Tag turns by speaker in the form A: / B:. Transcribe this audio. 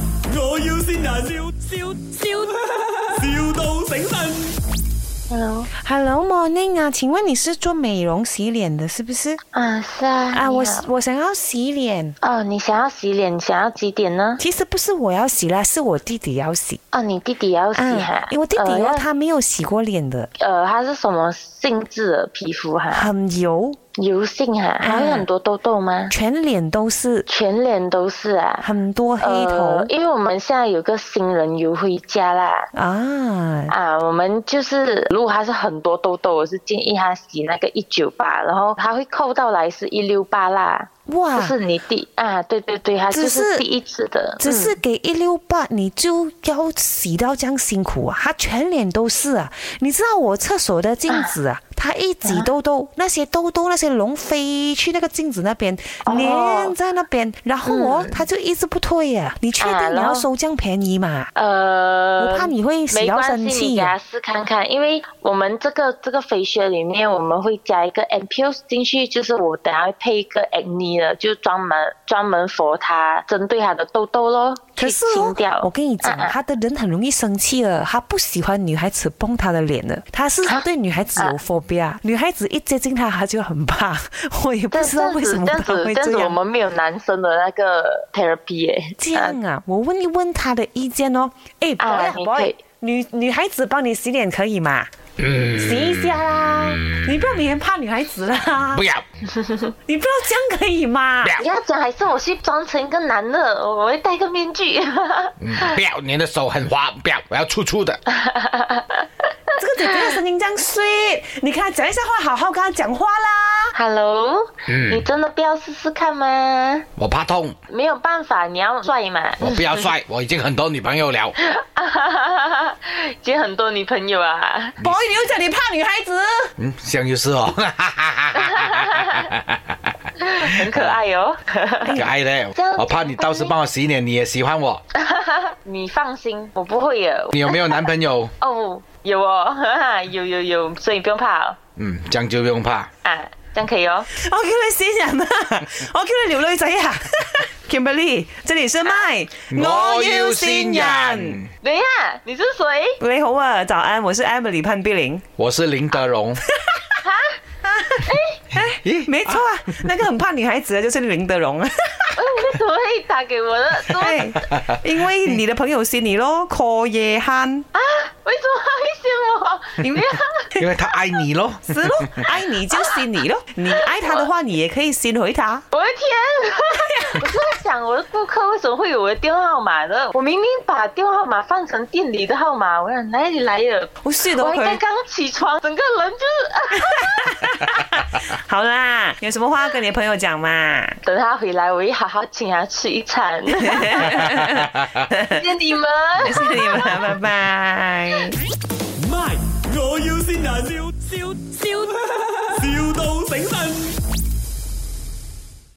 A: 要先人，笑笑笑，, 笑到醒神。
B: Hello，
C: Hello morning 啊，请问你是做美容洗脸的，是不是？
B: 啊是啊，
C: 啊，
B: 你
C: 我
B: 好
C: 我想要洗脸，
B: 哦，你想要洗脸，想要几点呢？
C: 其实不是我要洗啦，是我弟弟要洗。
B: 哦，你弟弟要洗哈
C: 啊，，因为我弟弟
B: 呃
C: 哦，
B: 要
C: 他没有洗过脸的，
B: 呃，他是什么性质的皮肤哈？
C: 很油，
B: 油性哈，
C: 啊
B: 还有很多痘痘吗？
C: 全脸都是，
B: 全脸都是啊，
C: 很多黑头
B: 呃，因为我们现在有个新人优惠价啦。
C: 啊。
B: 啊，我们就是如果他是很多痘痘，我是建议他洗那个一九八，然后他会扣到来是一六八啦，
C: 哇
B: 这是你第啊，对对对，他就
C: 只是
B: 是第一次的，
C: 只是给一六八，你就要洗到这样辛苦啊！他全脸都是啊！你知道我厕所的镜子啊，他一挤痘痘，那些痘痘那些脓飞去那个镜子那边，
B: 哦嗯
C: 粘在那边，然后哦，他就一直不退呀、你确
B: 啊
C: 定你
B: 然
C: 要
B: 后
C: 收这样便宜嘛？
B: 呃，
C: 我怕你会洗
B: 没
C: 到
B: 关
C: 生
B: 系，
C: 气
B: 你给
C: 啊
B: 他试看看，因为我们这个这个飞靴里面我们会加一个 a m p u s 进去，就是我等下会配一个 acne 的，就专门专门 for 它，针对它的痘痘咯，
C: 可
B: 去
C: 是
B: 清
C: 哦
B: 掉。，
C: 我跟你讲
B: 啊，啊
C: 他的人很容易生气的，他不喜欢女孩子碰他的脸的，他是
B: 啊
C: 对女孩子有 phobia，女孩子一接近他，他就很怕。我也不
B: 但
C: 知道为什么
B: 但
C: 他
B: 是
C: 会
B: 但
C: 这
B: 是我
C: 样。
B: 们没有男生的那个 therapy 耶、
C: 这
B: 啊
C: 样啊，我问一问他的意见哦。哎，boy 啊
B: 你可
C: boy，
B: 以
C: 女女孩子帮你洗脸可以吗？
A: 嗯
C: 洗一下啦，你不要每天怕女孩子啦
A: 不，要，
C: 你不要这样可以吗
A: 不？要
B: 你，要讲还是我去装成一个男的，我会戴个面具。
A: 嗯不要，你的手很滑，不要，我要粗粗的。
C: 这个姐姐的声音这样 sweet，你跟她讲一下话，好好跟她讲话啦。
B: Hello，、
A: 嗯
B: 你真的不要试试看吗？
A: 我怕痛，
B: 没有办法，你要帅嘛。
A: 我不要帅，我已经很多女朋友了。
B: 已 经很多女朋友啊。
C: boy，你又讲你怕女孩子。
A: 嗯，像于是哦，
B: 很可爱哦。
A: 可爱嘞
B: 这样。
A: 我怕你到时帮我洗脸，你也喜欢我。
B: 你放心，我不会有。
A: 你有没有男朋友？
B: 哦，有哦， 有有有，所以不用怕哦。
A: 嗯，这样就不用怕。
B: 啊，这样可以哦。
C: 我叫你死人啊！ 我叫你撩女仔 啊！Kimberly，这里 是麦，
A: 先。，
B: 等一下，啊你是谁？
C: 你好啊，早安，我是 Emily 潘碧玲。
A: 我是林德荣。咦
C: 没错啊，那个很怕女孩子的就是林德 荣啊。
B: 哎你怎么会打给我的？怎么
C: 哎，因为你的朋友是你 咯，call 夜憨
B: 啊？为什么会信我？你啊
A: 因为他爱你咯。
C: 是咯，爱哎你就信你 咯，你爱他的话，你也可以信回他。
B: 我的天！我 就在想，我的顾客为什么会有我的电话号码呢？我明明把电话号码放成店里的号码，我想哪里来的？
C: 我信了
B: 我还刚
C: 佢。
B: 刚起床，整个人就是。 啊
C: 好啦，有什么话跟你的朋友讲 嘛？
B: 等他回来，我会好好请他吃一餐。谢谢你们。
C: 谢谢你们，拜拜。
D: 卖，我要先人，笑笑笑，